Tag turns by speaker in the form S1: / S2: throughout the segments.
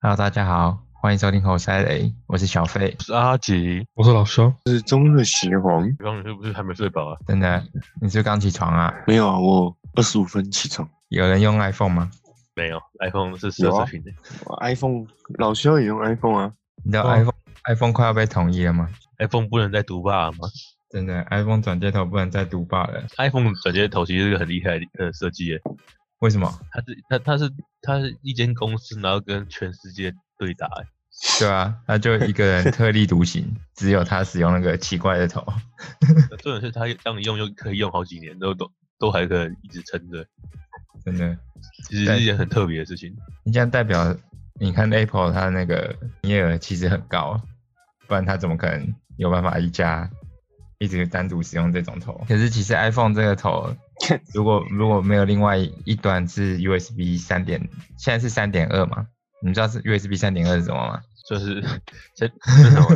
S1: Hello，大家好，欢迎收听猴塞雷，我是小费
S2: 我。是阿吉，
S3: 我是老肖，
S4: 是中日协皇。
S2: 你刚你是不是还没睡饱啊？
S1: 真的，你是不是刚起床啊？
S4: 没有啊，我二十五分起床。
S1: 有人用 iPhone 吗？
S2: 没有，iPhone 是奢
S4: 有
S2: 侈
S4: 啊
S2: 品的、
S4: 我 iPhone 老肖也用 iPhone 啊，
S1: 你知道
S3: 哦
S1: iPhone、iPhone 快要被统一了吗？
S2: i p h o n e 不能再独霸了吗
S1: 真的，iPhone 转接头不能再独霸了。
S2: ？iPhone 转接头其实是个很厉害的呃设计耶，
S1: 为什么？
S2: 它是它它是它是一间公司，然后跟全世界对打耶，
S1: 对啊，他就一个人特立独行，只有他使用那个奇怪的头。
S2: 那重点是它让你用又可以用好几年，都都都还可以一直撑着，
S1: 真的，
S2: 其实
S1: 对
S2: 是一件很特别的事情。
S1: 你这样代表，你看 Apple 它的那个营业额其实很高，不然它怎么可能有办法一家一直单独使用这种头？可是其实 iPhone 这个头，如果如果没有另外一端是 USB 三点，现在是三点二嘛？你们知道是 USB 三点二是什么吗？
S2: 算是 三是什么？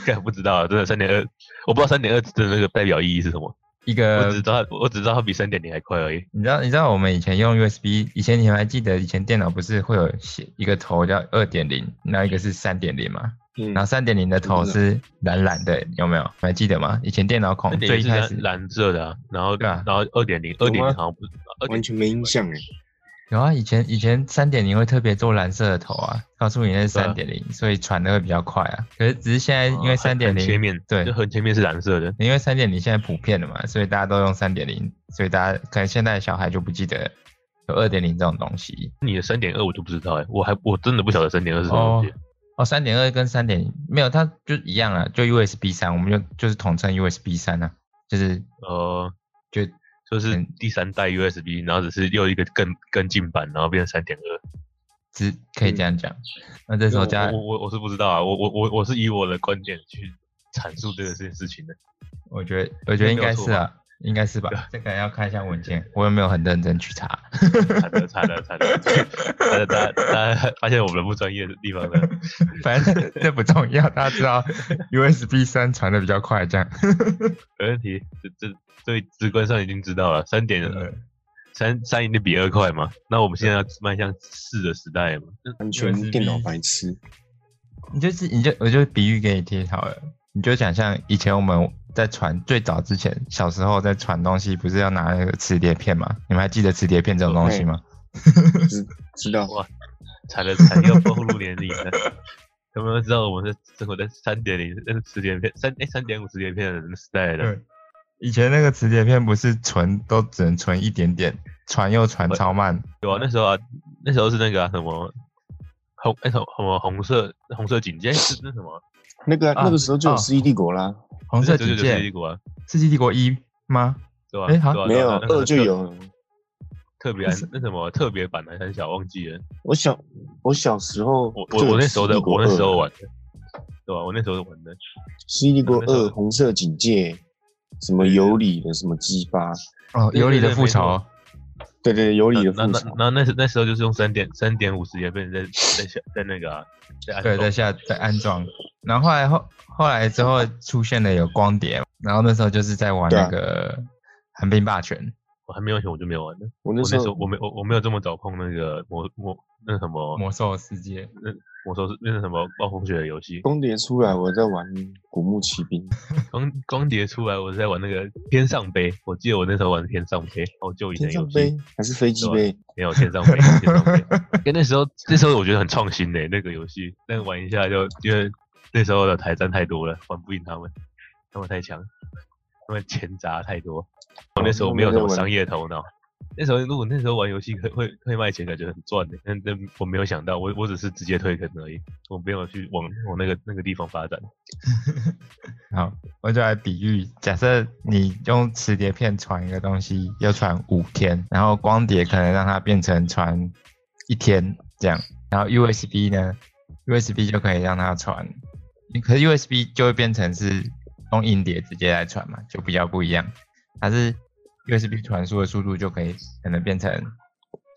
S2: 干不知道啊，真的三点二，我不知道三点二的那个代表意义是什么，
S1: 一
S2: 我
S1: 个
S2: 只知道它我只知道它比三点零还快而已。
S1: 你知道，你知道我们以前用 USB，以前你们还记得以前电脑不是会有写一个头叫二点零，然后一个是三点零嘛？
S4: 嗯
S1: 然后三点零的头是蓝蓝的，有没有？你还记得吗？以前电脑孔
S2: 三
S1: 哦
S2: 点
S1: 最
S2: 零
S1: 一
S2: 是
S1: 开始
S2: 蓝蓝色的啊，然后
S1: 对啊
S2: 然后二点零，二点零好像不是二
S4: 完
S2: 点
S4: 全没印象哎。
S1: 有啊，以前以前三点零会特别做蓝色的头啊，告诉你那是
S2: 对啊
S1: 三点零，所以传的会比较快啊。可是只是现在因为三点
S2: 切
S1: 零，
S2: 面
S1: 对
S2: 就很前面是蓝色的，
S1: 因为三点零现在普遍了嘛，所以大家都用三点零，所以大家可能现在的小孩就不记得有二点零这种东西。
S2: 你的三点二我就不知道哎、我还我真的不晓得三点二是什么东西。
S1: 哦，三点二跟三点零没有，它就一样啊，就 USB 三，我们就就是统称 USB 三啊，就是
S2: 呃，
S1: 就
S2: 就是
S1: 嗯
S2: 第三代 USB，然后只是又一个更更进版，然后变成三点二。
S1: 只可以这样讲。那这时候加
S2: 我我我我是不知道啊，我我我我是以我的观点去阐述这个这件 事情的。
S1: 我觉得，我觉得应该是
S2: 没有
S1: 啊，应该是吧
S2: 对。
S1: 这个要看一下文件，我有没有很认真去查。
S2: 惨了惨了惨了， 大家大家大家发现我们不专业的地方了。
S1: 反正这不重要，大家知 道 USB 三传的比较快，这样。
S2: 没问题，这这对直观上已经知道了，三点
S1: 对
S2: 三三一定比二快嘛。那我们现在要迈向四的时代嘛？那
S4: 完全电脑白痴，
S1: 你就是你就我就比喻给你听好了，你就想象以前我们在传最早之前，小时候在传东西，不是要拿那个磁碟片吗？你们还记得磁碟片这种东西吗？
S4: 知知
S2: 啊
S4: 道？
S2: 惨了惨了，要暴露年龄了。 他们都知道我们是生活在三点零、那个磁碟片、三哎三点五磁碟片的时代了。
S1: 对，以前那个磁碟片不是存都只能存一点点，传又传超慢。
S2: 有啊，那时候啊，那时候是那个啊、什么红哎什么什么红色红色警戒是那什么
S4: 那个
S1: 啊
S4: 那个时候就有《世纪帝国》啦，
S1: 红色警
S2: 对对对对
S1: 戒
S2: 帝，国啊，
S1: 世纪帝国一吗？
S2: 对吧？
S1: 哎好
S2: 对啊
S4: 没
S2: 对啊
S4: 有
S2: 那个
S4: 二就有了。
S2: 特别安那什么特别版的很小忘记了。
S4: 我小我小时候
S2: 我
S4: 就
S2: 我
S4: 有
S2: 我那时候的
S4: 世纪帝国
S2: 我那时候
S4: 二啊
S2: 玩的，对吧、我那时候玩的，
S4: 《世纪帝国
S2: 那时候
S4: 二》红色警戒，什么有理的什么激发，
S1: 哦，
S2: 对
S1: 有理的复
S2: 对对
S1: 仇
S2: 没。
S4: 对对，对有理的
S2: 呃那
S4: 复
S2: 那
S4: 仇。
S2: 那那时那时候就是用三点三点五十也被人在在下在那个啊，在安
S1: 对，
S2: 装
S1: 在下在安装，然后后来后后来之后出现了有光碟，然后那时候就是在玩
S4: 对啊
S1: 那个《寒冰霸权》
S2: 我还没有钱我就没有玩的。
S4: 我
S2: 我
S4: 那
S2: 那
S4: 时
S2: 时候
S4: 候
S2: 我没我我没有这么早碰那个魔魔那什么
S1: 魔兽世界，
S2: 魔兽世那是什么暴风雪的游戏，
S4: 光碟出来，我在玩《古墓奇兵》，
S2: 光光碟出来我是在玩那个天上杯，我记得我那时候玩天上杯，好久以前
S4: 天
S2: 的游
S4: 上
S2: 戏
S4: 飞。还是飞机杯？
S2: 没有天上飞，天上飞。跟那时候那时候我觉得很创新嘞、那个游戏，但玩一下就因为那时候的台战太多了，玩不赢他们，他们太强，他们钱砸太多。我那时候没有什么商业头脑，那时候如果那时候玩游戏会会会卖钱，感觉很赚的、但但我没有想到，我我只是直接退坑而已，我没有去往往那个那个地方发展。
S1: 好，我就来比喻，假设你用磁碟片传一个东西，要传五天，然后光碟可能让它变成传一天这样，然后 USB 呢，USB 就可以让它传，可是 USB 就会变成是用硬碟直接来传嘛，就比较不一样，它是 USB 传输的速度就可以可能变成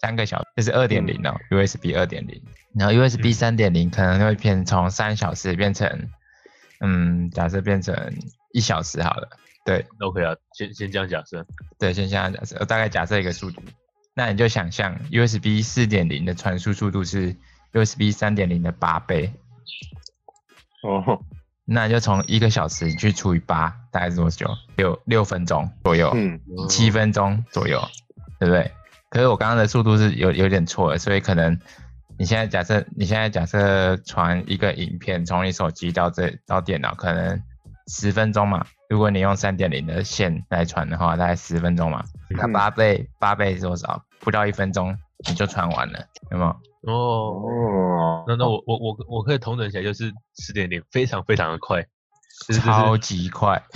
S1: 三个小时，这是二点零哦，USB 二点零，然后 USB 三点零可能会变从三小时变成。嗯，假设变成一小时好了。对
S2: OK 啊，先先这样假设，
S1: 对，先想想假设，呃大概假设一个速度，那你就想象 USB 四点零的传输速度是 USB 三点零的八倍，
S4: 哦，
S1: 那你就从一个小时去除以八，大概是多久？六六分钟左右，
S4: 嗯，
S1: 七分钟左右，对不对？可是我刚刚的速度是有有点错了，所以可能你现在假设你现在假设传一个影片从你手机到这到电脑，可能十分钟嘛。如果你用三点零的线来传的话，大概十分钟嘛。那
S4: 嗯
S1: 八倍八倍是多少？不到一分钟你就传完了，有没有？
S2: 哦，
S4: 哦，
S2: 那那我我我我可以同等起来，就是十点零，非常非常的快，这是
S1: 超级快，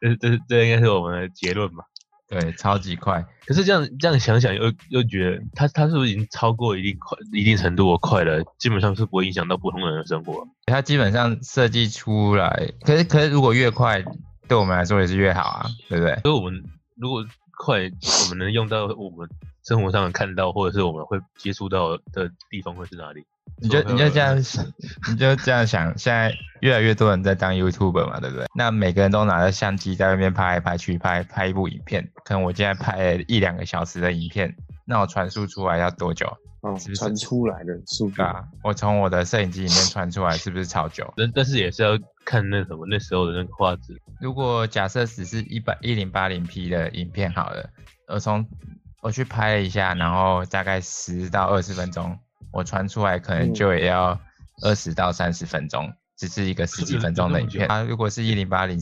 S2: 这是这是这应该是我们的结论嘛？
S1: 对，超级快。
S2: 可是这样这样想想又又觉得他他是不是已经超过一定快一定程度的快了？基本上是不会影响到普通人的生活。
S1: 它基本上设计出来，可是可是如果越快，对我们来说也是越好啊，对不对？
S2: 所以我们如果快，我们能用到我们生活上看到或者是我们会接触到的地方会是哪里？
S1: 你就
S2: 说
S1: 你就
S2: 呃
S1: 这样想，你就这样想，现在越来越多人在当 YouTuber 嘛，对不对？那每个人都拿着相机在外面拍来拍去，拍拍一部影片，可能我现在拍了一两个小时的影片，那我传输出来要多久？
S4: 哦
S1: 是不是
S4: 传出来的速度
S1: 对，啊，我从我的摄影机里面传出来是不是超久？
S2: 但但是也是要看那什么那时候的那个画质。
S1: 如果假设只是一百一零八零 P 的影片好了，我从我去拍了一下，然后大概十到二十分钟，我传出来可能
S4: 嗯
S1: 就也要二十到三十分钟，只是一个十几分钟的影片。
S2: 有有
S1: 啊，如果是一零八零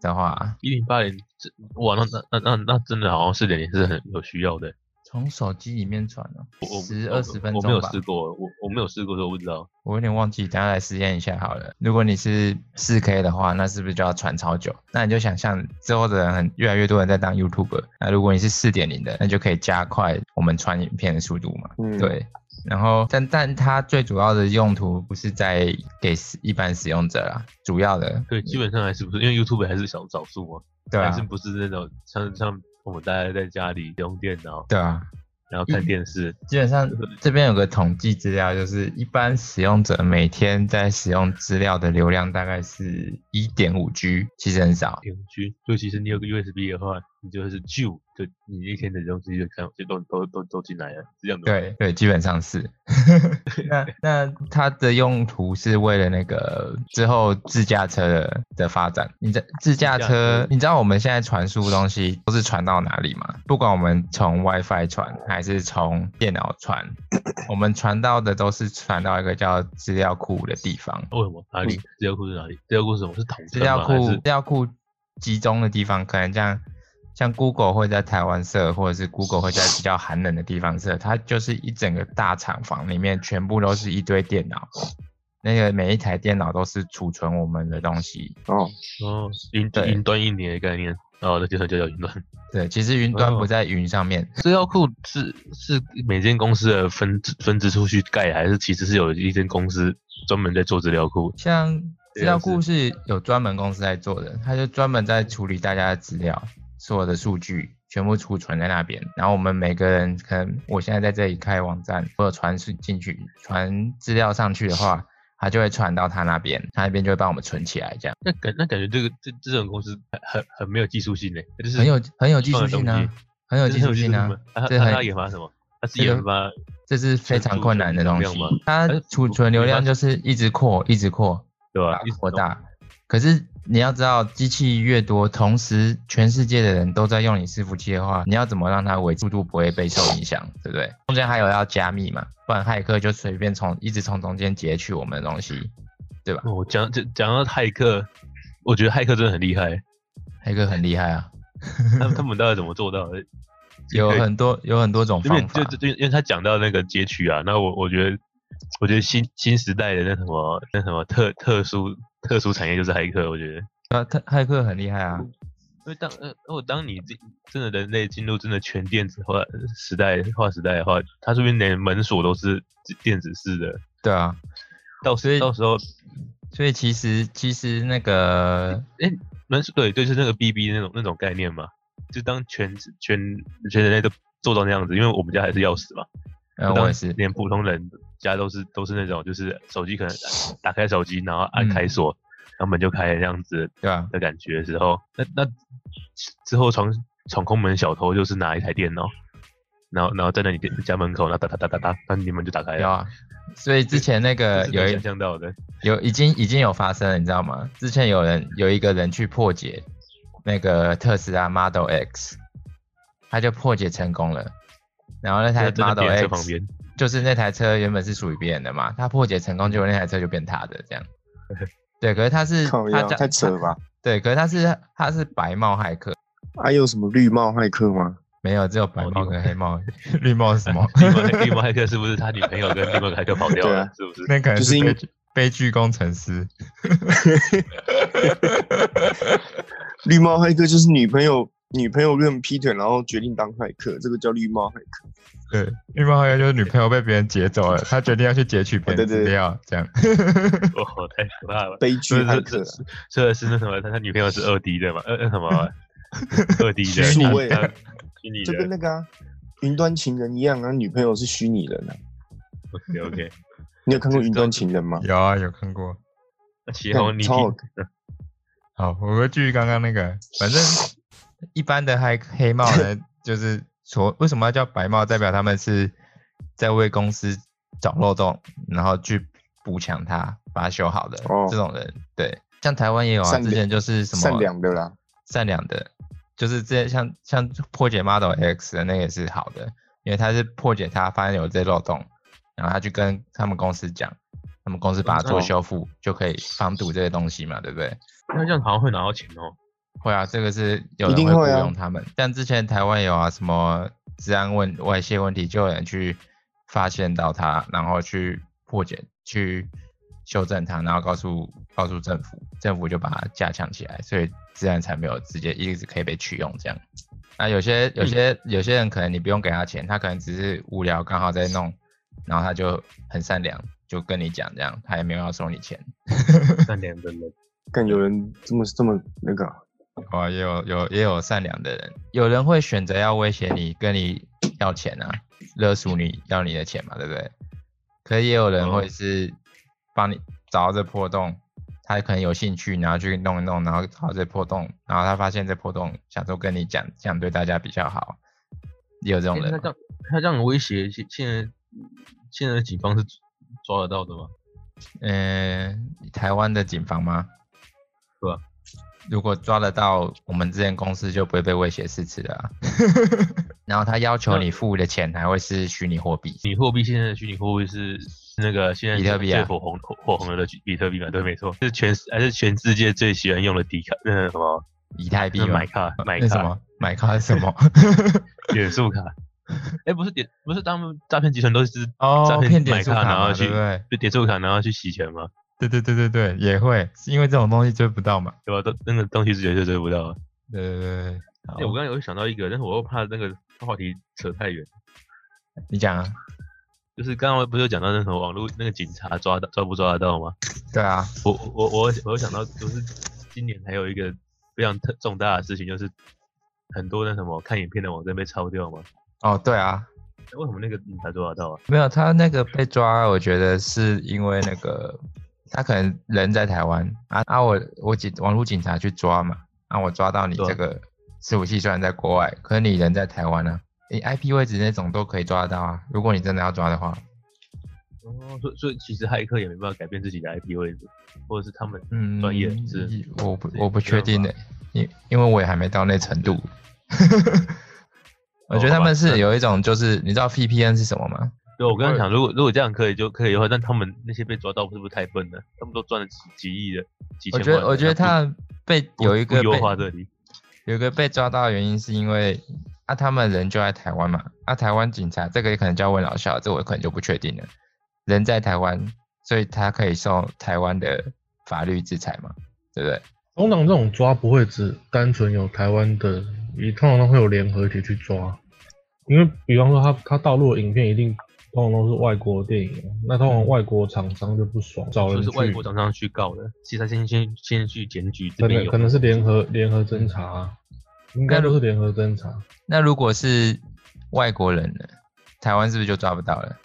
S1: 的话，
S2: 一零八零，这哇，那那那那那真的好像四点零是很有需要的。
S1: 从手机里面传哦，
S2: 我我
S1: 十
S2: 我
S1: 二十分
S2: 我没有
S1: 钟吧
S2: 试，过，我我没有试过，所以我不知道。
S1: 我有点忘记，等下来实验一下好了。如果你是四 K 的话，那是不是就要传超久？那你就想象之后的人很越来越多人在当 YouTuber，那如果你是四点零的，那就可以加快我们传影片的速度嘛。
S4: 嗯，，
S1: 对，然后但但它最主要的用途不是在给使一般使用者啦，主要的
S2: 对，基本上还是不是，因为 YouTube 还是小少数嘛，
S1: 对
S2: 还
S1: 啊嗯
S2: 是不是那种像像我们大家在家里用电脑，
S1: 对啊，
S2: 然后看电视，
S1: 基本上这边有个统计资料，就是一般使用者每天在使用资料的流量大概是一点五 G，其实很少。
S2: 平均，尤其是你有个 USB 的话，你就是旧，就你一天的东西就看就都都都都进来了，是这样的。，
S1: 对对，基本上 是。那那它的用途是为了那个之后自驾车的的发展。你在自驾车
S2: 驾车，
S1: 你知道我们现在传输东西都是传到哪里吗？不管我们从 WiFi 传还是从电脑传，我们传到的都是传到一个叫资料库的地方。
S2: 为什么哪里？资料库是哪里？资料库是什么？是统
S1: 嗯资
S2: 称吗？
S1: 料
S2: 还
S1: 库
S2: 是
S1: 资料库集中的地方，可能像像 Google 会在台湾设，或者是 Google 会在比较寒冷的地方设，它就是一整个大厂房里面全部都是一堆电脑，那个每一台电脑都是储存我们的东西。
S4: 哦，
S2: 哦，云
S1: 对
S2: 云端硬碟的概念。哦，那就叫叫云端。
S1: 对，其实云端
S2: 哦
S1: 不在云上面，
S2: 资料库是是每间公司的分支分支出去盖，还是其实是有一间公司专门在做资料库？
S1: 像资
S2: 对啊
S1: 料
S2: 是
S1: 库是有专门公司在做的，它就专门在处理大家的资料，所有的数据全部储存在那边。然后我们每个人，可能我现在在这里开网站，或者传是进去传资料上去的话，它就会传到他那边，他那边就会帮我们存起来，这样
S2: 那感那感觉这个这这种公司很很很没有技术性呢，就是
S1: 很有很有技术性
S2: 放的
S1: 啊
S2: 东，
S1: 很有
S2: 真
S1: 技
S2: 的
S1: 术性啊
S2: 吗，他
S1: 这
S2: 他
S1: 很
S2: 他研发什么？他是
S1: 这个
S2: 研发
S1: 这是非常困难的东西
S2: 存储存流量吗。哎
S1: 它
S2: 还是
S1: 储
S2: 不
S1: 存流
S2: 没
S1: 量
S2: 办法
S1: 就是一直扩，一直扩，
S2: 对吧？一直
S1: 扩啊大。可是你要知道，机器越多，同时全世界的人都在用你伺服器的话，你要怎么让它维速度不会被受影响，对不对？中间还有要加密嘛，不然骇客就随便从一直从中间截取我们的东西，对吧？
S2: 弄我讲讲讲到骇客，我觉得骇客真的很厉 害，
S1: 骇客很厉害啊，
S2: 他们他们到底怎么做到的？
S1: 有
S2: 对
S1: 很多有很多种
S2: 因为
S1: 方法
S2: 就，就因为他讲到那个街区啊，那我我觉得，我觉得新新时代的那什么那什么特特殊特殊产业就是骇客，我觉得，因
S1: 啊，骇骇客很厉害啊，
S2: 嗯为当呃哦，当你这真的人类进入真的全电子化时代化时代的话，他这边连门锁都是电子式的，
S1: 对啊，
S2: 到
S1: 所以
S2: 时到时候
S1: 所以其实其实那个
S2: 门锁对对，就是那个 BB 那种那种概念嘛，就当全全全人类都做到那样子，因为我们家还是钥匙嘛。
S1: 呃，我也是，
S2: 连普通人家都是都是那种，就是手机 可能打开手机，然后按
S1: 嗯
S2: 开锁，然后门就开了这样子
S1: 对啊，
S2: 的感觉的时候，那那之后闯闯空门小偷就是拿一台电脑，然后然后站在你家门口，然后哒哒哒哒哒，那你们就打开
S1: 有
S2: 了。
S1: 啊，所以之前那个
S2: 哎这是
S1: 有
S2: 没
S1: 一
S2: 想象到的，
S1: 有已经已经有发生了，你知道吗？之前有人有一个人去破解那个特斯拉 Model X，他就破解成功了。然后那台
S2: 在在
S1: Model
S2: 别人车
S1: X
S2: 旁边，
S1: 就是那台车原本是属于别人的嘛，他破解成功，结果那台车就变他的 这样。对，可是他是
S4: 靠
S1: 他
S4: 呀，
S1: 叫
S4: 太扯了吧！
S1: 对，可是他是他是白帽骇客，
S4: 还有什么绿帽骇客吗？
S1: 没有只有白
S2: 哦
S1: 帽
S2: 绿
S1: 跟
S2: 帽
S1: 黑帽，绿帽是什 么？
S2: 另外另外一个是不是他女朋友跟另外一个骇客跑掉
S4: 对
S2: 了
S4: 啊？
S2: 是不是？
S1: 那可能
S4: 就是
S1: 是
S4: 因
S1: 悲
S4: 为
S1: 剧悲剧工程师。
S4: 绿帽骇客就是女朋友女朋友跟人劈腿，然后决定当骇客，这个叫绿帽骇客。
S1: 对，绿帽骇客就是女朋友被别人劫走了，他决定要去截取别人
S4: 哦对对
S1: 资
S4: 对
S1: 料，这样。
S2: 哦，太可怕 了吧！
S4: 悲剧
S2: 这
S4: 骇
S2: 这
S4: 客啊
S2: 这这是那什么？他他女朋友是二 D 的嘛？二二什么啊？二 D 的
S4: 虚拟位
S2: 他他虚拟
S4: 就跟
S2: 的。
S4: 那个啊，云端情人一样啊，女朋友是虚拟人啊。
S2: OK OK，
S4: 你有看过云端情人吗？
S1: 有啊，有看过。
S2: 那祁宏你
S4: 超好
S2: 听
S1: 好，我会继续刚刚那个，反正一般的黑黑帽呢，就是所为什么要叫白帽，代表他们是在为公司找漏洞，然后去补强它，把它修好的、
S4: 哦
S1: 这种人。对，像台湾也有啊，
S4: 善良
S1: 之前就是什么
S4: 善良的啦，
S1: 善良的，就是这像像破解 Model X 的那个也是好的，因为他是破解它，发现有这漏洞，然后他去跟他们公司讲，他们公司把它做
S4: 哦
S1: 修复，就可以防堵这些东西嘛，对不对？
S2: 那这样好像会拿到钱 哦。
S1: 会啊，这个是有
S4: 一
S1: 人
S4: 定
S1: 会雇
S4: 会啊
S1: 佣他们。但之前台湾有啊，什么治安问外泄问题，就有人去发现到它，然后去破解、去修正它，然后告诉告诉政府，政府就把它加强起来，所以治安才没有直接一直可以被取用这样。那有些
S4: 嗯
S1: 有些有些人可能你不用给他钱，他可能只是无聊刚好在弄，然后他就很善良，就跟你讲这样，他也没有要收你钱。
S2: 善良的人，
S4: 看有人这么这么那个啊、
S1: 哦，也有有也有善良的人，有人会选择要威胁你，跟你要钱啊，勒索你要你的钱嘛，对不对？可也有人会
S2: 嗯
S1: 是帮你找到这破洞，他可能有兴趣，然后去弄一弄，然后找到这破洞，然后他发现这破洞，想说跟你讲，这样对大家比较好，也有这种
S2: 诶
S1: 人
S2: 那
S1: 嘛。
S2: 这样他这样威胁，现现在现在的警方是抓得到的吗？
S1: 嗯、台湾的警方吗？
S2: 对啊
S1: 如果抓得到，我们之前公司就不会被威胁四次了啊、然后他要求你付的钱还会是虚拟货币，
S2: 你货币现在的虚拟货币是那个现在
S1: 比特币啊
S2: 最火红火红的比特币嘛？对，没错，是全还是全世界最喜欢用的迪卡，那个什么
S1: 以太币
S2: 那
S1: 吗
S2: 买？卡买
S1: 那什
S2: 卡
S1: 么买卡是什么？
S2: 点数卡，哎，不是点不是他们诈骗集团都是诈
S1: 哦，骗
S2: 骗
S1: 点
S2: 买
S1: 数
S2: 卡然
S1: 嘛
S2: 后
S1: 对
S2: 去
S1: 不对？
S2: 就点数卡然后去洗钱嘛，
S1: 对对对对对，也会，是因为这种东西追不到嘛。
S2: 对吧？都那个东西是绝对追不到的。
S1: 对对对对好
S2: 哎，我刚刚有想到一个，但是我又怕那个话题扯太远。
S1: 你讲啊，
S2: 就是刚刚不是有讲到那什么网络那个警察抓到抓不抓得到吗？
S1: 对啊，
S2: 我我我我有想到，就是今年还有一个非常特重大的事情，就是很多那什么看影片的网站被抄掉嘛。
S1: 哦对啊，
S2: 那为什么那个你才抓得到啊？
S1: 没有，他那个被抓，我觉得是因为那个他可能人在台湾啊啊我，我警网络警察去抓嘛，啊我抓到你
S2: 对啊
S1: 这个伺服器虽然在国外，可是你人在台湾啊，你 IP 位置那种都可以抓得到啊。如果你真的要抓的话，
S2: 哦，所以所以其实骇客也没办法改变自己的 IP 位置，或者是他们
S1: 嗯，
S2: 专业是
S1: 我不
S2: 是
S1: 我不确定
S2: 没
S1: 的、因因为我也还没到那程度。 我觉得
S2: 哦好吧
S1: 他们
S2: 那
S1: 是有一种就是你知道 VPN 是什么吗？
S2: 对我刚刚想，如果如果这样可以就可以的话，但他们那些被抓到是不是太笨了？他们都赚了几几亿的几
S1: 我
S2: 千
S1: 觉
S2: 万
S1: 得我觉得他们被
S2: 不
S1: 有一
S2: 不
S1: 个
S2: 优
S1: 被
S2: 化这里，
S1: 有一个被抓到的原因是因为啊，他们人就在台湾嘛，啊，台湾警察这个也可能就要问老校，这我可能就不确定了。人在台湾，所以他可以受台湾的法律制裁嘛，对不对？
S3: 通常这种抓不会只单纯有台湾的，也通常都会有联合一起去抓，因为比方说他他大陆的影片一定通常都是外国电影，那通常外国厂商就不爽，找
S2: 就
S3: 人
S2: 是
S3: 去，
S2: 外国厂商去告的，其实他先先先去检举这
S3: 可
S2: 边
S3: 能
S2: 有
S3: 可能是联合联合侦查啊，应该都是联合侦查，
S1: 那如果是外国人呢？台湾是不是就抓不到了？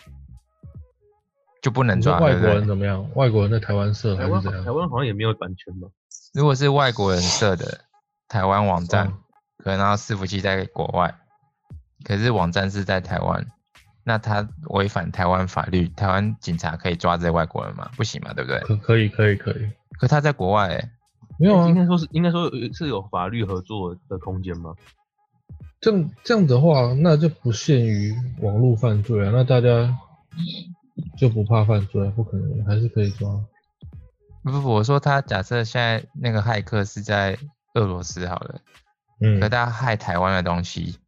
S1: 就不能
S3: 你说
S1: 抓，
S3: 外
S1: 对不
S3: 国人
S1: 对？
S3: 怎么样？外国人在台湾设还
S2: 台
S3: 是
S2: 湾
S3: 怎
S2: 台
S3: 样？
S2: 湾好像也没有版权嘛，
S1: 如果是外国人设的台湾网站，
S3: 嗯
S1: 可能要伺服器在国外，可是网站是在台湾，那他违反台湾法律，台湾警察可以抓这些外国人吗？不行嘛，对不对？
S3: 可可以可以可以，
S1: 可他在国外、欸，
S3: 没有啊
S2: 应，该说是应该说呃是有法律合作的空间吗？
S3: 这样这样的话，那就不限于网络犯罪啊，那大家就不怕犯罪啊？不可能，还是可以抓。
S1: 不不不，我说他假设现在那个骇客是在俄罗斯好了，
S3: 嗯
S1: 可他害台湾的东西，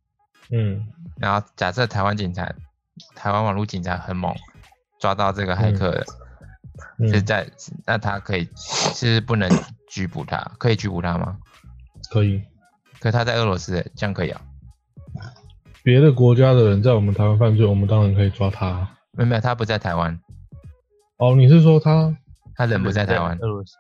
S3: 嗯，
S1: 然后假设台湾警察、台湾网络警察很猛，抓到这个骇客了，
S3: 嗯
S1: 是在那他可以是不能拘捕他，可以拘捕他吗？
S3: 可以。
S1: 可他在俄罗斯、欸，这样可以啊？
S3: 别的国家的人在我们台湾犯罪，我们当然可以抓他啊。
S1: 没有没有，他不在台湾，
S3: 哦，你是说他？
S1: 他人不在台湾。
S2: 俄罗斯，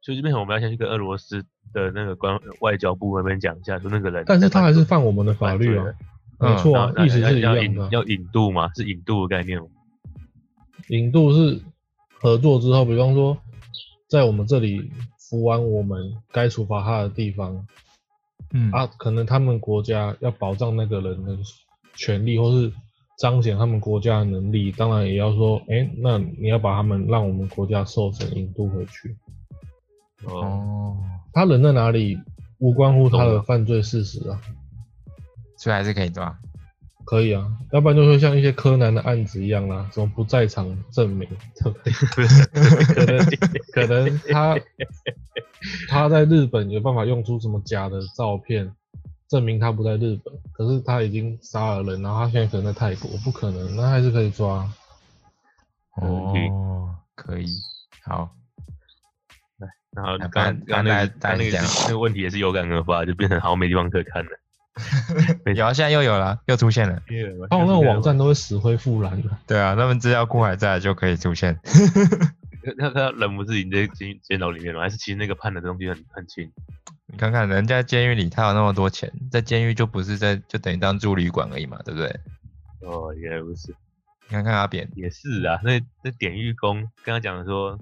S2: 所以这边我们要先去跟俄罗斯的那个官外交部那边讲一下，说那个人在犯罪，
S3: 但是他还是犯我们的法律啊
S2: 犯罪的，
S3: 没错啊
S2: 然，后
S3: 意思是一
S2: 要要
S3: 样
S2: 引
S3: 的啊。
S2: 要引渡嘛，是引渡的概念吗。
S3: 引渡是合作之后，比方说在我们这里服完我们该处罚他的地方
S1: 嗯
S3: 啊，可能他们国家要保障那个人的权利，或是彰显他们国家的能力，当然也要说，哎、那你要把他们让我们国家受审引渡回去。
S2: 哦，
S1: 哦，
S3: 他人在哪里无关乎他的犯罪事实啊，
S1: 所以还是可以抓。
S3: 可以啊，要不然就会像一些柯南的案子一样啦、什么不在场证明，对不对？可能可能他他在日本有办法用出什么假的照片证明他不在日本，可是他已经杀了人，然后他现在可能在泰国，不可能，那还是可以抓。
S1: 哦，可以，好，
S2: 哎然后
S1: 那
S2: 刚
S1: 反
S2: 刚刚那个
S1: 大概大概
S2: 刚那个
S1: 是
S2: 是那个问题也是有感而发，就变成好像没地方可看了。没
S1: 有啊，现在又有了，又出现了。
S2: 哦
S3: 他们那个网站都会死灰复燃的，
S1: 对啊，他们资料库还在，就可以出现。
S2: 那他人不是已经在监监牢里面了，还是其实那个判的东西很很轻？
S1: 你看看人家监狱里，他有那么多钱，在监狱就不是在，就等于当住旅馆而已嘛，对不对？
S2: 哦，原来如此，
S1: 你看看阿扁，
S2: 也是啊。那那典狱工跟他讲说，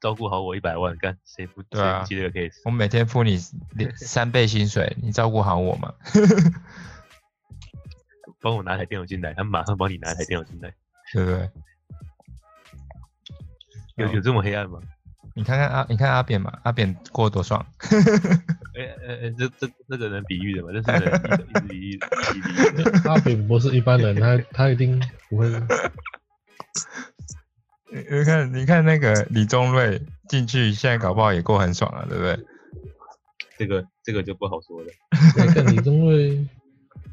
S2: 照顾好我一百万，干谁不
S1: 对啊
S2: 谁不记得可以死？
S1: 我每天付你两三倍薪水，你照顾好我嘛？
S2: 帮我拿台电脑进来，他马上帮你拿台电脑进来。
S1: 对不对？
S2: 有有这么黑暗吗？
S1: 你看看阿，你看阿扁嘛，阿扁过得多爽。
S2: 哎哎哎，这这这个人比喻的嘛，这是 人一直比喻一直比喻的。
S3: 阿扁不是一般人，他他一定不会。
S1: 你你看，你看那个李宗瑞进去，现在搞不好也过很爽啊，对不对？
S2: 这个这个就不好说了。
S3: 那个李宗瑞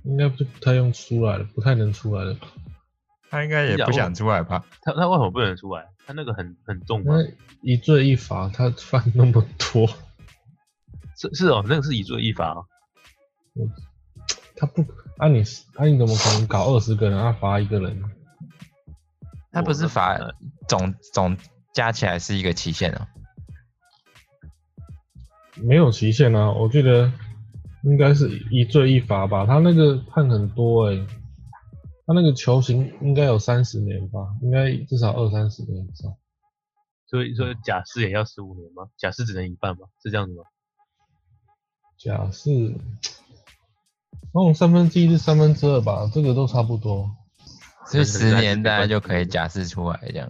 S3: 应该就不太用出来了，不太能出来了吧。
S1: 他应该也不想出来吧？
S2: 他他为什么不能出来？他那个很很重吗？
S3: 那一罪一罚，他犯那么多，
S2: 是是哦，那个是以罪易罚哦。
S3: 他不啊你啊你怎么可能搞二十个人啊罚一个人？
S1: 他不是罚
S2: 我
S1: 总总加起来是一个期限哦。
S3: 没有期限啊，我记得应该是一罪一罚吧。他那个判很多哎、他那个球刑应该有三十年吧，应该至少二三十年以上。
S2: 所以
S1: 嗯
S2: 说假释也要十五年吗？假释只能一半吗？是这样子吗？
S3: 假释，那种三分之一至三分之二吧，这个都差不多。
S1: 所以
S2: 是
S1: 十
S2: 在
S1: 年
S2: 这
S1: 大概
S2: 边关
S1: 就
S2: 注
S1: 可以
S2: 的
S1: 假释出来这样。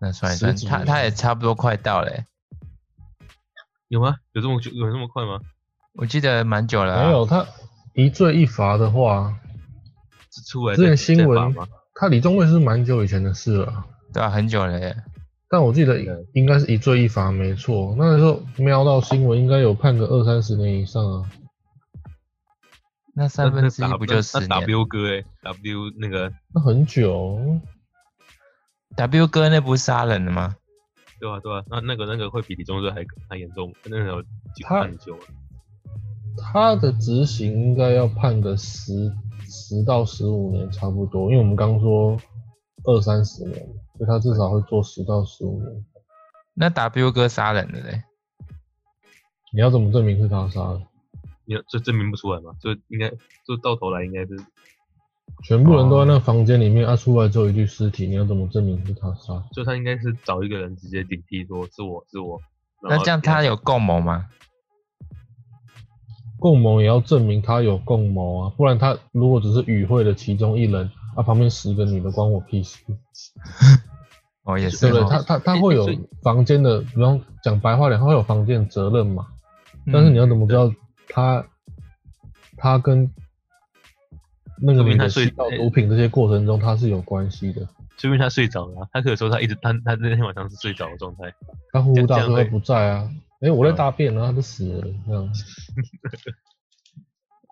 S1: 那算一
S3: 十
S1: 算，
S3: 几
S1: 他
S3: 年
S1: 他也差不多快到了欸、
S2: 有吗？有这么久有这么快吗？
S1: 我记得蛮久了、啊。
S3: 没有他一罪一罚的话，
S2: 是出来
S3: 之
S2: 再
S3: 前新
S2: 再
S3: 闻
S2: 罚吗？
S3: 他李宗瑞是蛮久以前的事了啊。
S1: 对啊，很久了耶。
S3: 但我记得应该是一罪一罚，没错。那时候瞄到新闻，应该有判个二三十年以上啊。
S1: 那三分之一不就十
S2: 那那
S1: 年
S2: W 哥哎，W 那个
S3: 那很久，
S1: ？W 哥那不是杀人的吗？
S2: 对啊对啊，那那个那个会比李宗瑞还还严重，那个有几
S3: 他
S2: 判久了。
S3: 他的执行应该要判个十十到十五年差不多，因为我们刚说二三十年，所以他至少会做十到十五年。
S1: 那 W 哥杀人的嘞？
S3: 你要怎么证明是他杀的？
S2: 你要这证明不出来嘛？就应该就到头来应该是
S3: 全部人都在那房间里面，啊，出来只有一具尸体，你要怎么证明是他杀？
S2: 就他应该是找一个人直接顶替说是我是我。然
S1: 那
S2: 后
S1: 这样
S2: 给他
S1: 他有共谋吗？
S3: 共谋也要证明他有共谋啊，不然他如果只是与会的其中一人，啊，旁边十个女的关我屁事，
S1: 哦，也是
S3: 对不对？
S1: 哦，
S3: 他他他
S2: 诶
S3: 会有
S2: 所以
S3: 房间的，比方讲白话点，他会有房间的责任嘛？
S2: 嗯
S3: 但
S1: 嗯
S3: 是你要怎么知道他他跟那个
S2: 说明
S3: 女
S2: 他
S3: 的
S2: 睡
S3: 吸到毒品这些过程中，他是有关系的？
S2: 说明他睡着了啊、他可以说他一直他他那天晚上是睡着的状态，
S3: 他呼呼
S2: 这
S3: 大
S2: 样
S3: 睡
S2: 会
S3: 他不在啊，哎、我在
S2: 嗯
S3: 大便，然后他就死了，这样。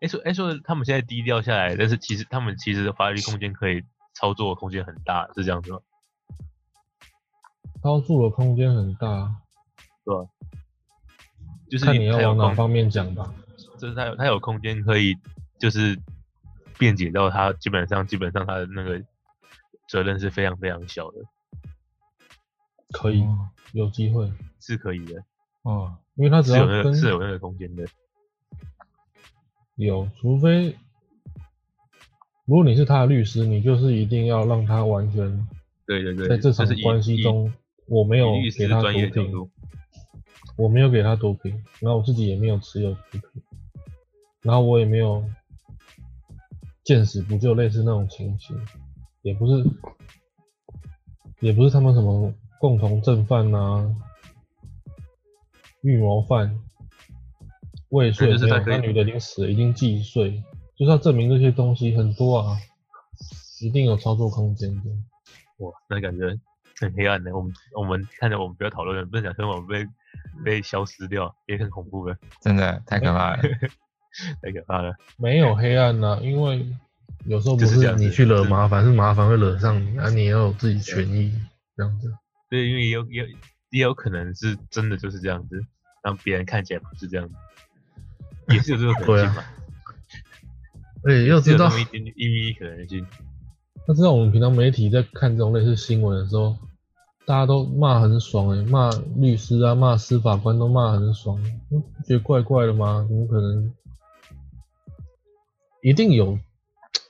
S2: 哎、说哎、说他们现在低调下来，但是其实他们其实法律空间可以操作的空间很大，是这样子吗？
S3: 操作的空间很大，
S2: 就是
S3: 看你要
S2: 他有
S3: 往哪
S2: 空，
S3: 方面讲吧。
S2: 就是他有他有空间可以就是辩解到他基本上基本上他的那个责任是非常非常小的，
S3: 可以，
S1: 哦
S3: 有机会，
S2: 是可以的，
S1: 哦，
S3: 因为他只
S2: 是
S3: 要
S2: 有那
S3: 跟
S2: 个是有那个空间的。
S3: 有，除非如果你是他的律师，你就是一定要让他完全
S2: 对对对，
S3: 在这
S2: 就
S3: 场
S2: 是以
S3: 关系，中，我没
S2: 没
S3: 有
S2: 律师
S3: 给他毒
S2: 专业角
S3: 品，
S2: 度，
S3: 我没有给他毒品，然后我自己也没有持有毒品，然后我也没有见死不救，类似那种情形，也不是，也不是他们什么共同正犯啊、预谋犯、未遂，
S2: 对就是
S3: 没有
S2: 他可以
S3: 那女的已经死了，已经既遂，就是要证明这些东西很多啊，一定有操作空间的。
S2: 哇，那感觉很黑暗的。我们我们看着我们不要讨论了，不能讲说我们被被消失掉，也很恐怖的，
S1: 真的太可怕 了。
S2: 太可怕了。
S3: 没有黑暗呐、因为有时候不
S2: 就是这样子
S3: 你去惹麻烦，是麻烦会惹上你，啊，你也要有自己权益这样子。
S2: 对，因为也有也有也有可能是真的就是这样子，让别人看起来不是这样子，也是有这个可能性嘛，
S3: 而且要
S2: 是
S3: 啊知
S2: 有
S3: 道
S2: 那么，一点点一米一可能性。
S3: 要知道我们平常媒体在看这种类似新闻的时候，大家都骂很爽诶、骂律师啊，骂司法官都骂很爽，嗯不觉得怪怪的吗？怎么可能？一定有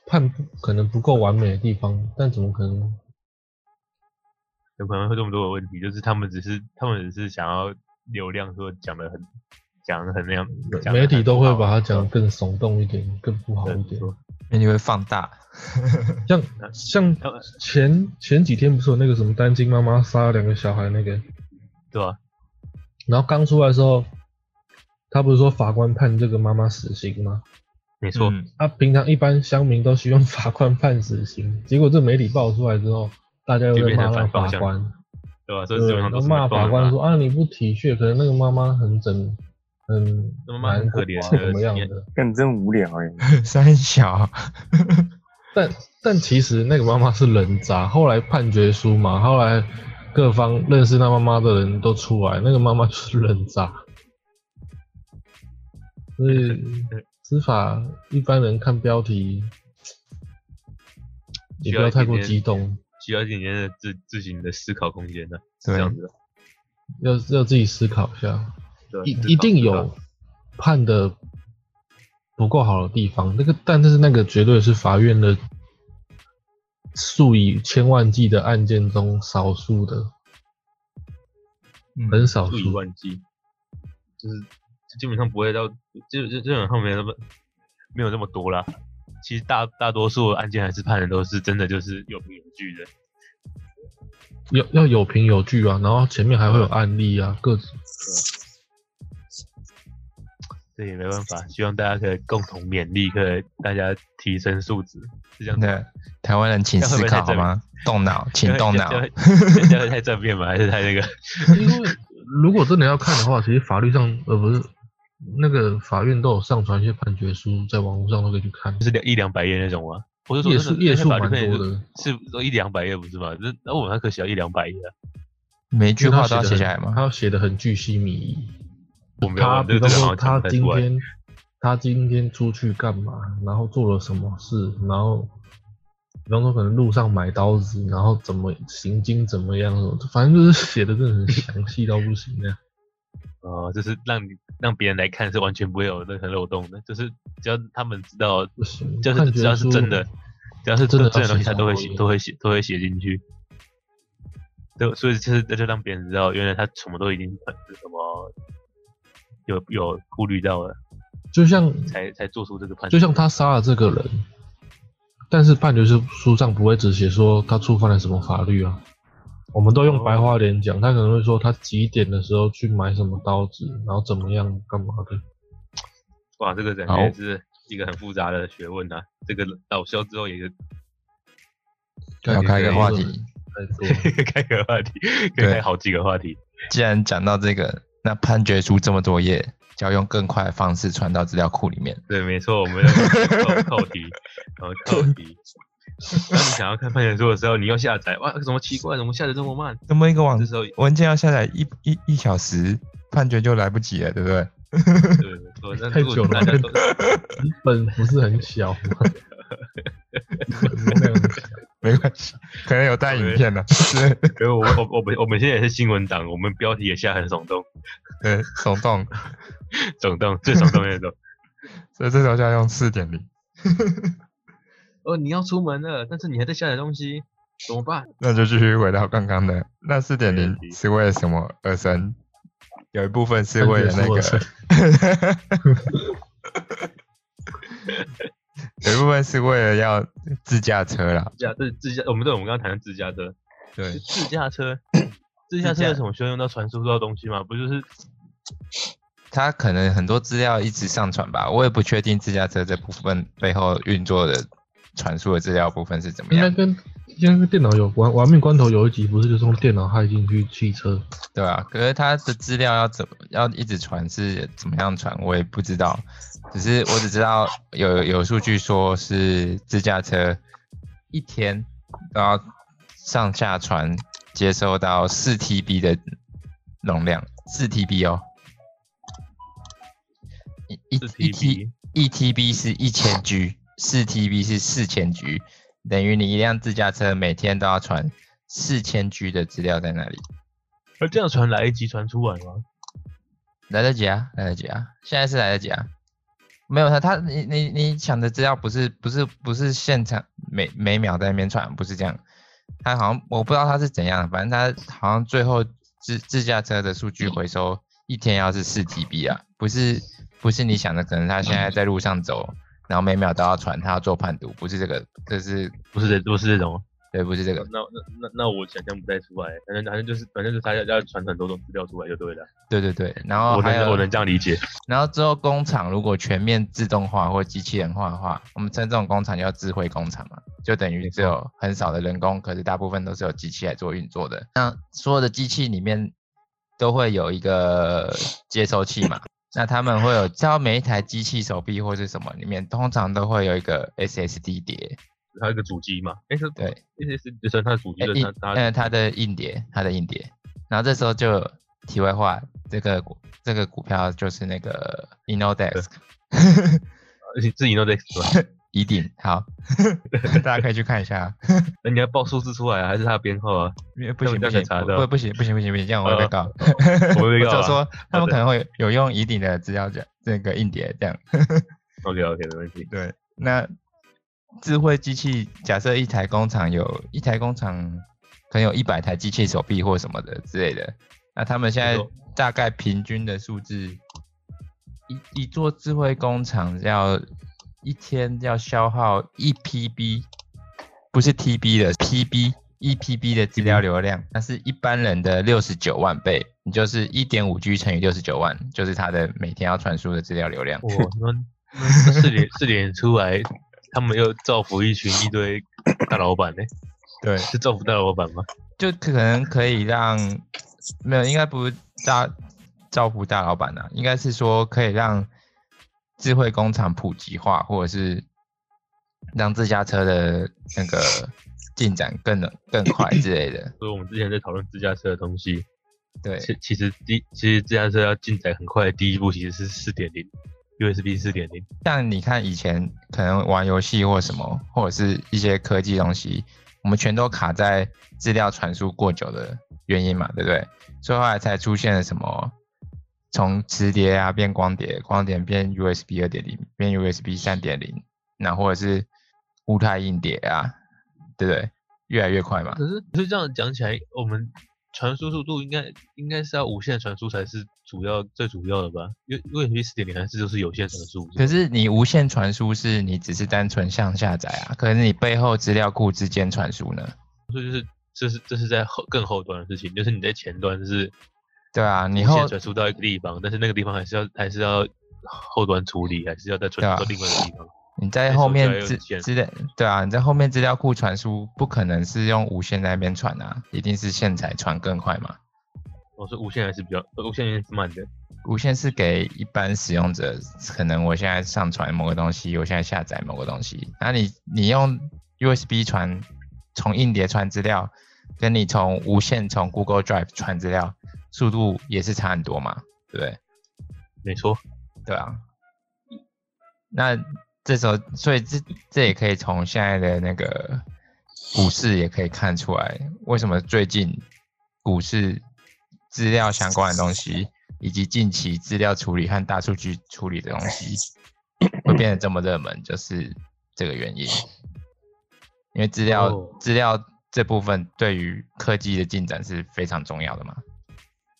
S3: 判不可能不够完美的地方，但怎么可能
S2: 有可能会这么多的问题，就是他们只是他们只是想要流量，说讲的很讲的很那样，讲得
S3: 媒体
S2: 很
S3: 都会
S2: 好
S3: 把它讲得更耸动一点，更不好
S2: 对
S3: 一
S2: 没
S3: 点。
S2: 错
S1: 因为你会放大，
S3: 像像
S2: 要不
S3: 前前几天不是有那个什么单亲妈妈杀了两个小孩那个，
S2: 对啊吧、
S3: 然后刚出来的时候，他不是说法官判这个妈妈死刑吗？
S2: 没错，
S1: 嗯
S3: 他、平常一般乡民都希望法官判死刑，结果这媒体爆出来之后，大家又
S2: 就
S3: 在
S2: 变
S3: 骂
S2: 成
S3: 那
S2: 反
S3: 法
S2: 方向
S3: 官，
S2: 对啊吧、所以基本
S3: 对
S2: 上都，是
S3: 骂法官说
S2: 说，
S3: 啊你不体恤，可能那个妈妈很怎很
S2: 那妈妈很
S3: 难
S2: 可怜
S3: 过啊
S2: 的
S3: 怎么样
S2: 也
S3: 的，
S4: 干，你真无聊哎、
S1: 三小，
S3: 但但其实那个妈妈是人渣，后来判决书嘛，后来各方认识那妈妈的人都出来，那个妈妈就是人渣。所以司法一般人看标题，也不要太过激动，
S2: 需要一点点的自自行的思考空间的、是
S1: 对
S2: 这样子的，
S3: 要要自己思考一下，
S2: 对吧啊
S3: 一
S2: 思考
S3: 一定
S2: 思考
S3: 有判的不够好的地方，那个但是那个绝对是法院的数以千万计的案件中少数的，
S1: 嗯
S3: 很少
S2: 数以
S3: 数。
S2: 万计，就是基本上不会到，就就基本上没有那么没有那么多啦。其实大大多数的案件还是判的都是真的，就是有凭有据的。
S3: 要要有凭有据啊，然后前面还会有案例 啊，各
S2: 这也没办法，希望大家可以共同勉励，可以大家提升素质，是这样
S1: 真
S2: 子。
S1: 的，台湾人请
S2: 这样会
S1: 思
S2: 不会
S1: 考
S2: 太
S1: 好
S2: 正
S1: 吗？动脑，请动脑
S2: 这。 样会这样会太正面吗？还是太那个？
S3: 因为如果真的要看的话，其实法律上呃不是那个法院都有上传一些判决书，在网络上都可以去看
S2: 就，是两一两百页那种吗？我是说
S3: 页
S2: 真的
S3: 数页数
S2: 那
S3: 蛮
S2: 法律片
S3: 多的。
S2: 是都一两百页不是吗？那那我们还可以写到一两百页啊。
S1: 每一句
S3: 因为他
S1: 话都要
S3: 写
S1: 写
S3: 得
S1: 下来
S3: 很
S1: 吗？
S3: 他写的很巨细靡遗。
S2: 我没有
S3: 他
S2: 玩，这
S3: 比
S2: 个
S3: 方
S2: 这个好
S3: 说
S2: 像讲不
S3: 他
S2: 太
S3: 今
S2: 出来。
S3: 天他今天出去干嘛，然后做了什么事，然后比方说可能路上买刀子，然后怎么行经怎么样，反正就是写的真的很详细到不行那样。
S2: 哦，就是让你让别人来看是完全不会有任何漏洞的，就是只要他们知道，
S3: 不 行
S2: 就
S3: 判
S2: 是
S3: 决
S2: 只要是
S3: 书
S2: 真的，只要是
S3: 真的要
S2: 真的东西，
S3: 写
S2: 他都会
S3: 上
S2: 写，
S3: 去
S2: 都会写，都会写进去。对，所以就是那就让别人知道，原来他什么都已经很什么有有顾虑到了，
S3: 就像
S2: 才才做出这个判断。
S3: 就像他杀了这个人，但是判决书书上不会只写说他触犯了什么法律啊。我们都用白话点讲，他可能会说他几点的时候去买什么刀子，然后怎么样干嘛的。
S2: 哇，这个感
S1: 好
S2: 觉是一个很复杂的学问啊。这个老肖之后也是
S1: 要开一个话
S3: 感觉
S1: 题。
S3: 太多了
S2: 开个话题，可以
S1: 对
S2: 开好几个话题。
S1: 既然讲到这个，那判决书这么多页，就要用更快的方式传到资料库里面。
S2: 对，没错，我们要扣扣题，然后扣题。当你想要看判决书的时候，你又下载，哇，怎么奇怪，怎么下载这么慢？
S1: 那么一个网
S2: 这时候，
S1: 文件要下载一一一小时，判决就来不及了，对不对？
S2: 对，没错。那
S3: 太
S2: 如
S3: 久
S2: 果
S3: 了
S2: 大家都
S3: 本不是很小吗？容量很小
S1: 没关系， 可能有带影片的，对
S2: 可是我我我们我们现在也是新闻党，我们标题也下很耸动，
S1: 对，手动，
S2: 耸动最耸动的那种。
S1: 所以这时候就要用四点零，
S2: 哦，你要出门了，但是你还在下载东西，怎么办？
S1: 那就继续回到刚刚的，那四点零是为了什么而生？有一部分是为了那
S3: 我
S1: 个，
S3: 是
S1: 有一部分是为了要自驾车啦，
S2: 自驾这自驾，我们对我们刚刚谈的自驾车，
S1: 对，
S2: 自驾车，自
S1: 自
S2: 驾车
S1: 驾
S2: 有什么需要用到传输到东西吗？不就是
S1: 他可能很多资料一直上传吧，我也不确定自驾车这部分背后运作的传输的资料部分是怎么
S3: 应该
S1: 样，
S3: 跟应该跟电脑有关。玩命关头有一集不是就是用电脑害进去汽车？
S1: 对吧、可是他的资料要怎么要一直传是怎么样传，我也不知道，只是我只知道有有数据说是自驾车一天都要上下传接收到四 TB 的容量，四 TB 哦。一一
S2: 四
S1: 一 T
S2: TB？
S1: 一 TB 是一千 G，四 TB 是四千 G，等于你一辆自驾车每天都要传四千 G 的资料在那里。
S2: 而呃这样传来一集传出来吗？
S1: 来得及啊，来得及啊，现在是来得及啊。没有他，他你你你抢的资料不是不是不是现场每每秒在那边传，不是这样。他好像我不知道他是怎样，反正他好像最后自自驾车的数据回收一天要是四 TB 啊，不是不是你想的，可能他现在在路上走，然后每秒都要传，他要做判读，不是这个，这是
S2: 不是这不是这种，
S1: 对，不是这个，
S2: 那那那那我想象不太出来，反正反正就是反正就是他要要传很多种资料出来就对了。
S1: 对对对。然后
S2: 我
S1: 哦还
S2: 能
S1: 有
S2: 我能这样理解，
S1: 然后之后工厂如果全面自动化或机器人化的话，我们称这种工厂叫智慧工厂嘛，就等于只有很少的人工，可是大部分都是有机器来做运作的。那所有的机器里面都会有一个接收器 嘛，那他们会有，知道每一台机器手臂或是什么里面，通常都会有一个 SSD 碟，
S2: 他有一个主机嘛，哎、是
S1: 对，
S2: 意思是就算他的主机
S1: 呃
S2: 就是
S1: 硬
S2: 他他
S1: 呃它的硬碟，它的硬碟。然后这时候就有题外话，这个股这个股票就是那个 Innodex。
S2: 自己弄的，
S1: 一定 好，大家可以去看一下。啊
S2: 那你要报数字出来啊、还是他的编号啊？
S1: 因为不
S2: 那我
S1: 行不
S2: 这样可以
S1: 行
S2: 查
S1: 不
S2: 到
S1: 不不行不行不行不行，这样我会被
S2: 呃
S1: 告。
S2: 我会被告啊
S1: 就说他们
S2: 好的
S1: 可能会有用乙鼎的资料夹这个硬碟这样。
S2: OK OK 没问题。
S1: 对，那智慧机器假设一台工厂有一台工厂可能有一百台机器手臂或什么的之类的，那他们现
S2: 没
S1: 在
S2: 错
S1: 大概平均的数字，一一座智慧工厂要一天要消耗一 PB，不是 TB 的 PB。一 PB 的资
S2: 嗯
S1: 料流量，那是一般人的六十九万倍，你就是一点五 G 乘以六十九万，就是它的每天要传输的资料流量。
S2: 哇，那那四点四点出来，他们又造福一群一堆大老板呢、
S1: 对，
S2: 是造福大老板吗？
S1: 就可能可以让没有，应该不是大造福大老板啊，应该是说可以让智慧工厂普及化，或者是让自驾车的那个进展更能更快之类的。
S2: 所以我们之前在讨论自驾车的东西，
S1: 对，
S2: 其其实第其实自驾车要进展很快的第一步其实是四点零 USB 四点零，
S1: 像你看以前可能玩游戏或什么，或者是一些科技东西，我们全都卡在资料传输过久的原因嘛，对不对？所以后来才出现了什么从磁碟啊变光碟，光碟变 USB 二点零，变 USB 三点零，那或者是固态硬碟啊，对不对？越来越快嘛。
S2: 可是可是这样讲起来，我们传输速度应该应该是要无线传输才是主要最主要的吧？因为 USB 四点零还是就是有线传输。
S1: 可是你无线传输是你只是单纯向下载啊，可是你背后资料库之间传输呢？
S2: 所以就是这是这是在后更后端的事情，就是你在前端是
S1: 对啊，你
S2: 无
S1: 后
S2: 线传输到一个地方，但是那个地方还是要还是要后端处理，还是要再
S1: 对啊
S2: 传输到另外一个地方。
S1: 你
S2: 那
S1: 在
S2: 时候
S1: 后
S2: 就要
S1: 面
S2: 用
S1: 资
S2: 线
S1: 资料对啊，你在后面资料库传输不可能是用无线在那边传啊，一定是线材传更快嘛。
S2: 我说哦无线还是比较呃无线还是慢的，
S1: 无线是给一般使用者，可能我现在上传某个东西，我现在下载某个东西，那你你用 USB 传从硬碟传资料，跟你从无线从 Google Drive 传资料，速度也是差很多嘛，对不对？
S2: 没错。
S1: 对啊，那这时候，所以这这也可以从现在的那个股市也可以看出来，为什么最近股市资料相关的东西，以及近期资料处理和大数据处理的东西会变得这么热门，就是这个原因。因为资料、
S2: 哦
S1: 资料这部分对于科技的进展是非常重要的嘛。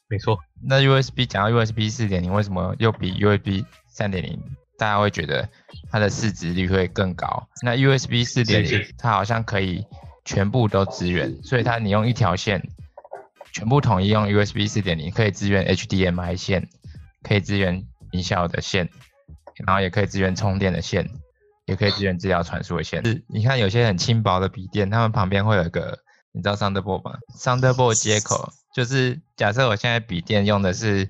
S2: 没错，
S1: 那 USB 讲到 USB 四点零，为什么又比 USB 三点零大家会觉得它的市值率会更高？那 USB 四点零
S2: 是是
S1: 它好像可以全部都支援，所以它你用一条线全部统一用 USB 四点零，可以支援 HDMI 线，可以支援音效的线，然后也可以支援充电的线，也可以支援资料传输的线。是你看有些很轻薄的笔电，它们旁边会有一个你知道 Thunderbolt 吗？Thunderbolt 接口就是假设我现在笔电用的是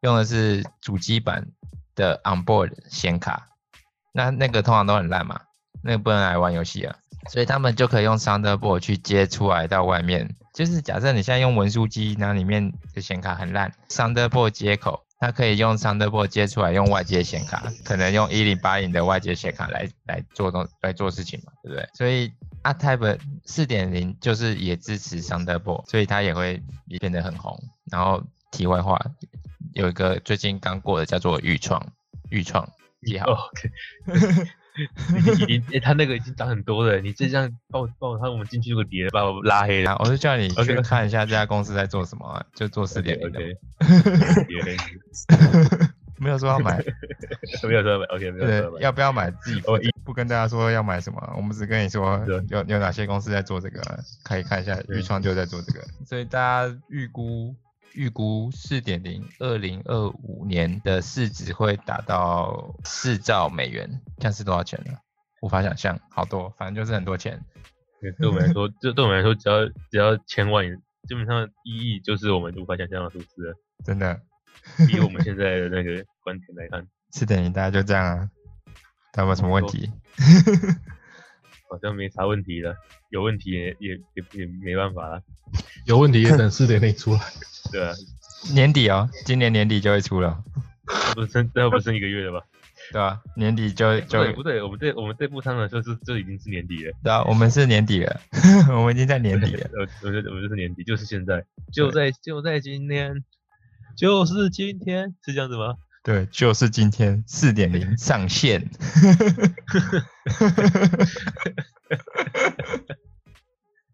S1: 用的是主机版的 onboard 显卡，那那个通常都很烂嘛，那个不能来玩游戏啊，所以他们就可以用 Thunderbolt 去接出来到外面。就是假设你现在用文书机，那里面的显卡很烂，Thunderbolt 接口。它可以用 Thunderbolt 接出来，用外接显卡，可能用一零八零的外接显卡来来做东来做事情嘛，对不对？所以 a t y p e 四点零就是也支持 Thunderbolt，所以它也会变得很红。然后题外话，有一个最近刚过的叫做预创，预创也好，
S2: 哦，OK，已经诶他那个已经涨很多了，你这样把我把我他我们进去这个碟把我拉黑了。
S1: 然啊后我就叫你去
S2: OK，OK
S1: 看一下这家公司在做什么啊、就做 四点零的
S2: OK，
S1: 没有说要 买，
S2: 没有说 OK，没有
S1: 对
S2: 说，
S1: 要不要买自己负
S2: 我
S1: 责不跟大家说要买什么，啊我们只跟你说
S2: 对
S1: 有有哪些公司在做这个，啊可以看一下
S2: 对
S1: 预创就在做这个，所以大家预估预估四点零二零二五年的市值会达到四兆美元，这样是多少钱呢？无法想象，好多，反正就是很多钱。
S2: 对对我们来说，就对我们来说，只要只要千万，基本上一亿就是我们无法想象的数字了。
S1: 真的，
S2: 以我们现在的那个 观点来看，
S1: 四点零大家就这样啊，大家有没有什么问题？
S2: 好像没啥问题了。有问题也也也也没办法了，
S3: 有问题也等四点零出来。
S2: 对啊，
S1: 年底哦，今年年底就会出了，
S2: 那不是那不是一个月了吧？
S1: 对吧、年底就
S2: 不
S1: 就
S2: 对不对，我们对我们对步仓来说是这已经是年底了。
S1: 对啊，我们是年底了， 我们已经在年底了。
S2: 我我觉得我们就是年底，就是现在，就在就在今天，就是今天，是这样子吗？
S1: 对，就是今天四点零上线。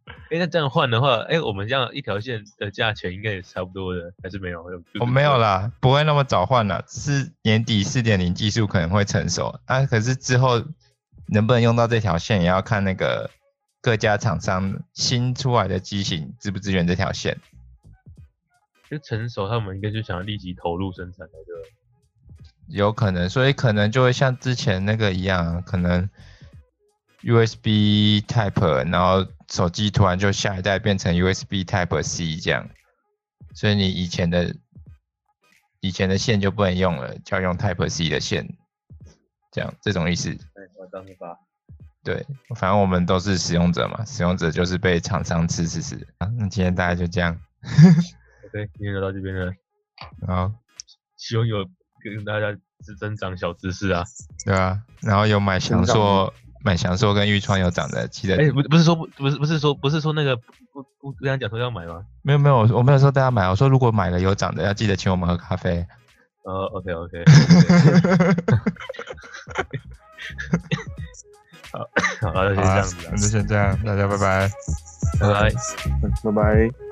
S2: 哎、那这样换的话，哎、我们这样一条线的价钱应该也差不多的，还是没有？
S1: 我哦没有。啦，不会那么早换啦，只是年底四点零技术可能会成熟啊。可是之后能不能用到这条线，也要看那个各家厂商新出来的机型支不支援这条线。
S2: 就成熟，他们应该就想要立即投入生产的，对吧？
S1: 有可能，所以可能就会像之前那个一样啊，可能 USB Type，然后手机突然就下一代变成 USB Type C 这样，所以你以前的以前的线就不能用了，就要用 Type C 的线，这样这种意思。
S2: 哎，我当时吧。
S1: 对，反正我们都是使用者嘛，使用者就是被厂商吃吃吃啊。那今天大家就这样，
S2: OK，今天就到这边了，
S1: 然后
S2: 希望有跟大家增增长小知识啊。
S1: 对啊，然后有买翔
S4: 成长
S1: 硕、买翔硕跟玉川有涨的，记得
S2: 哎、不不是说不不是不是说不是说那个不不不跟他讲说要买吗？
S1: 没有没有，我我没有说大家买，我说如果买了有涨的，要记得请我们喝咖啡。
S2: 呃，OK OK，好，好，那就
S1: 好
S2: 先这
S1: 啊
S2: 样子啊
S1: 那，就先这样，大家拜拜。
S2: 拜拜。
S4: 拜拜。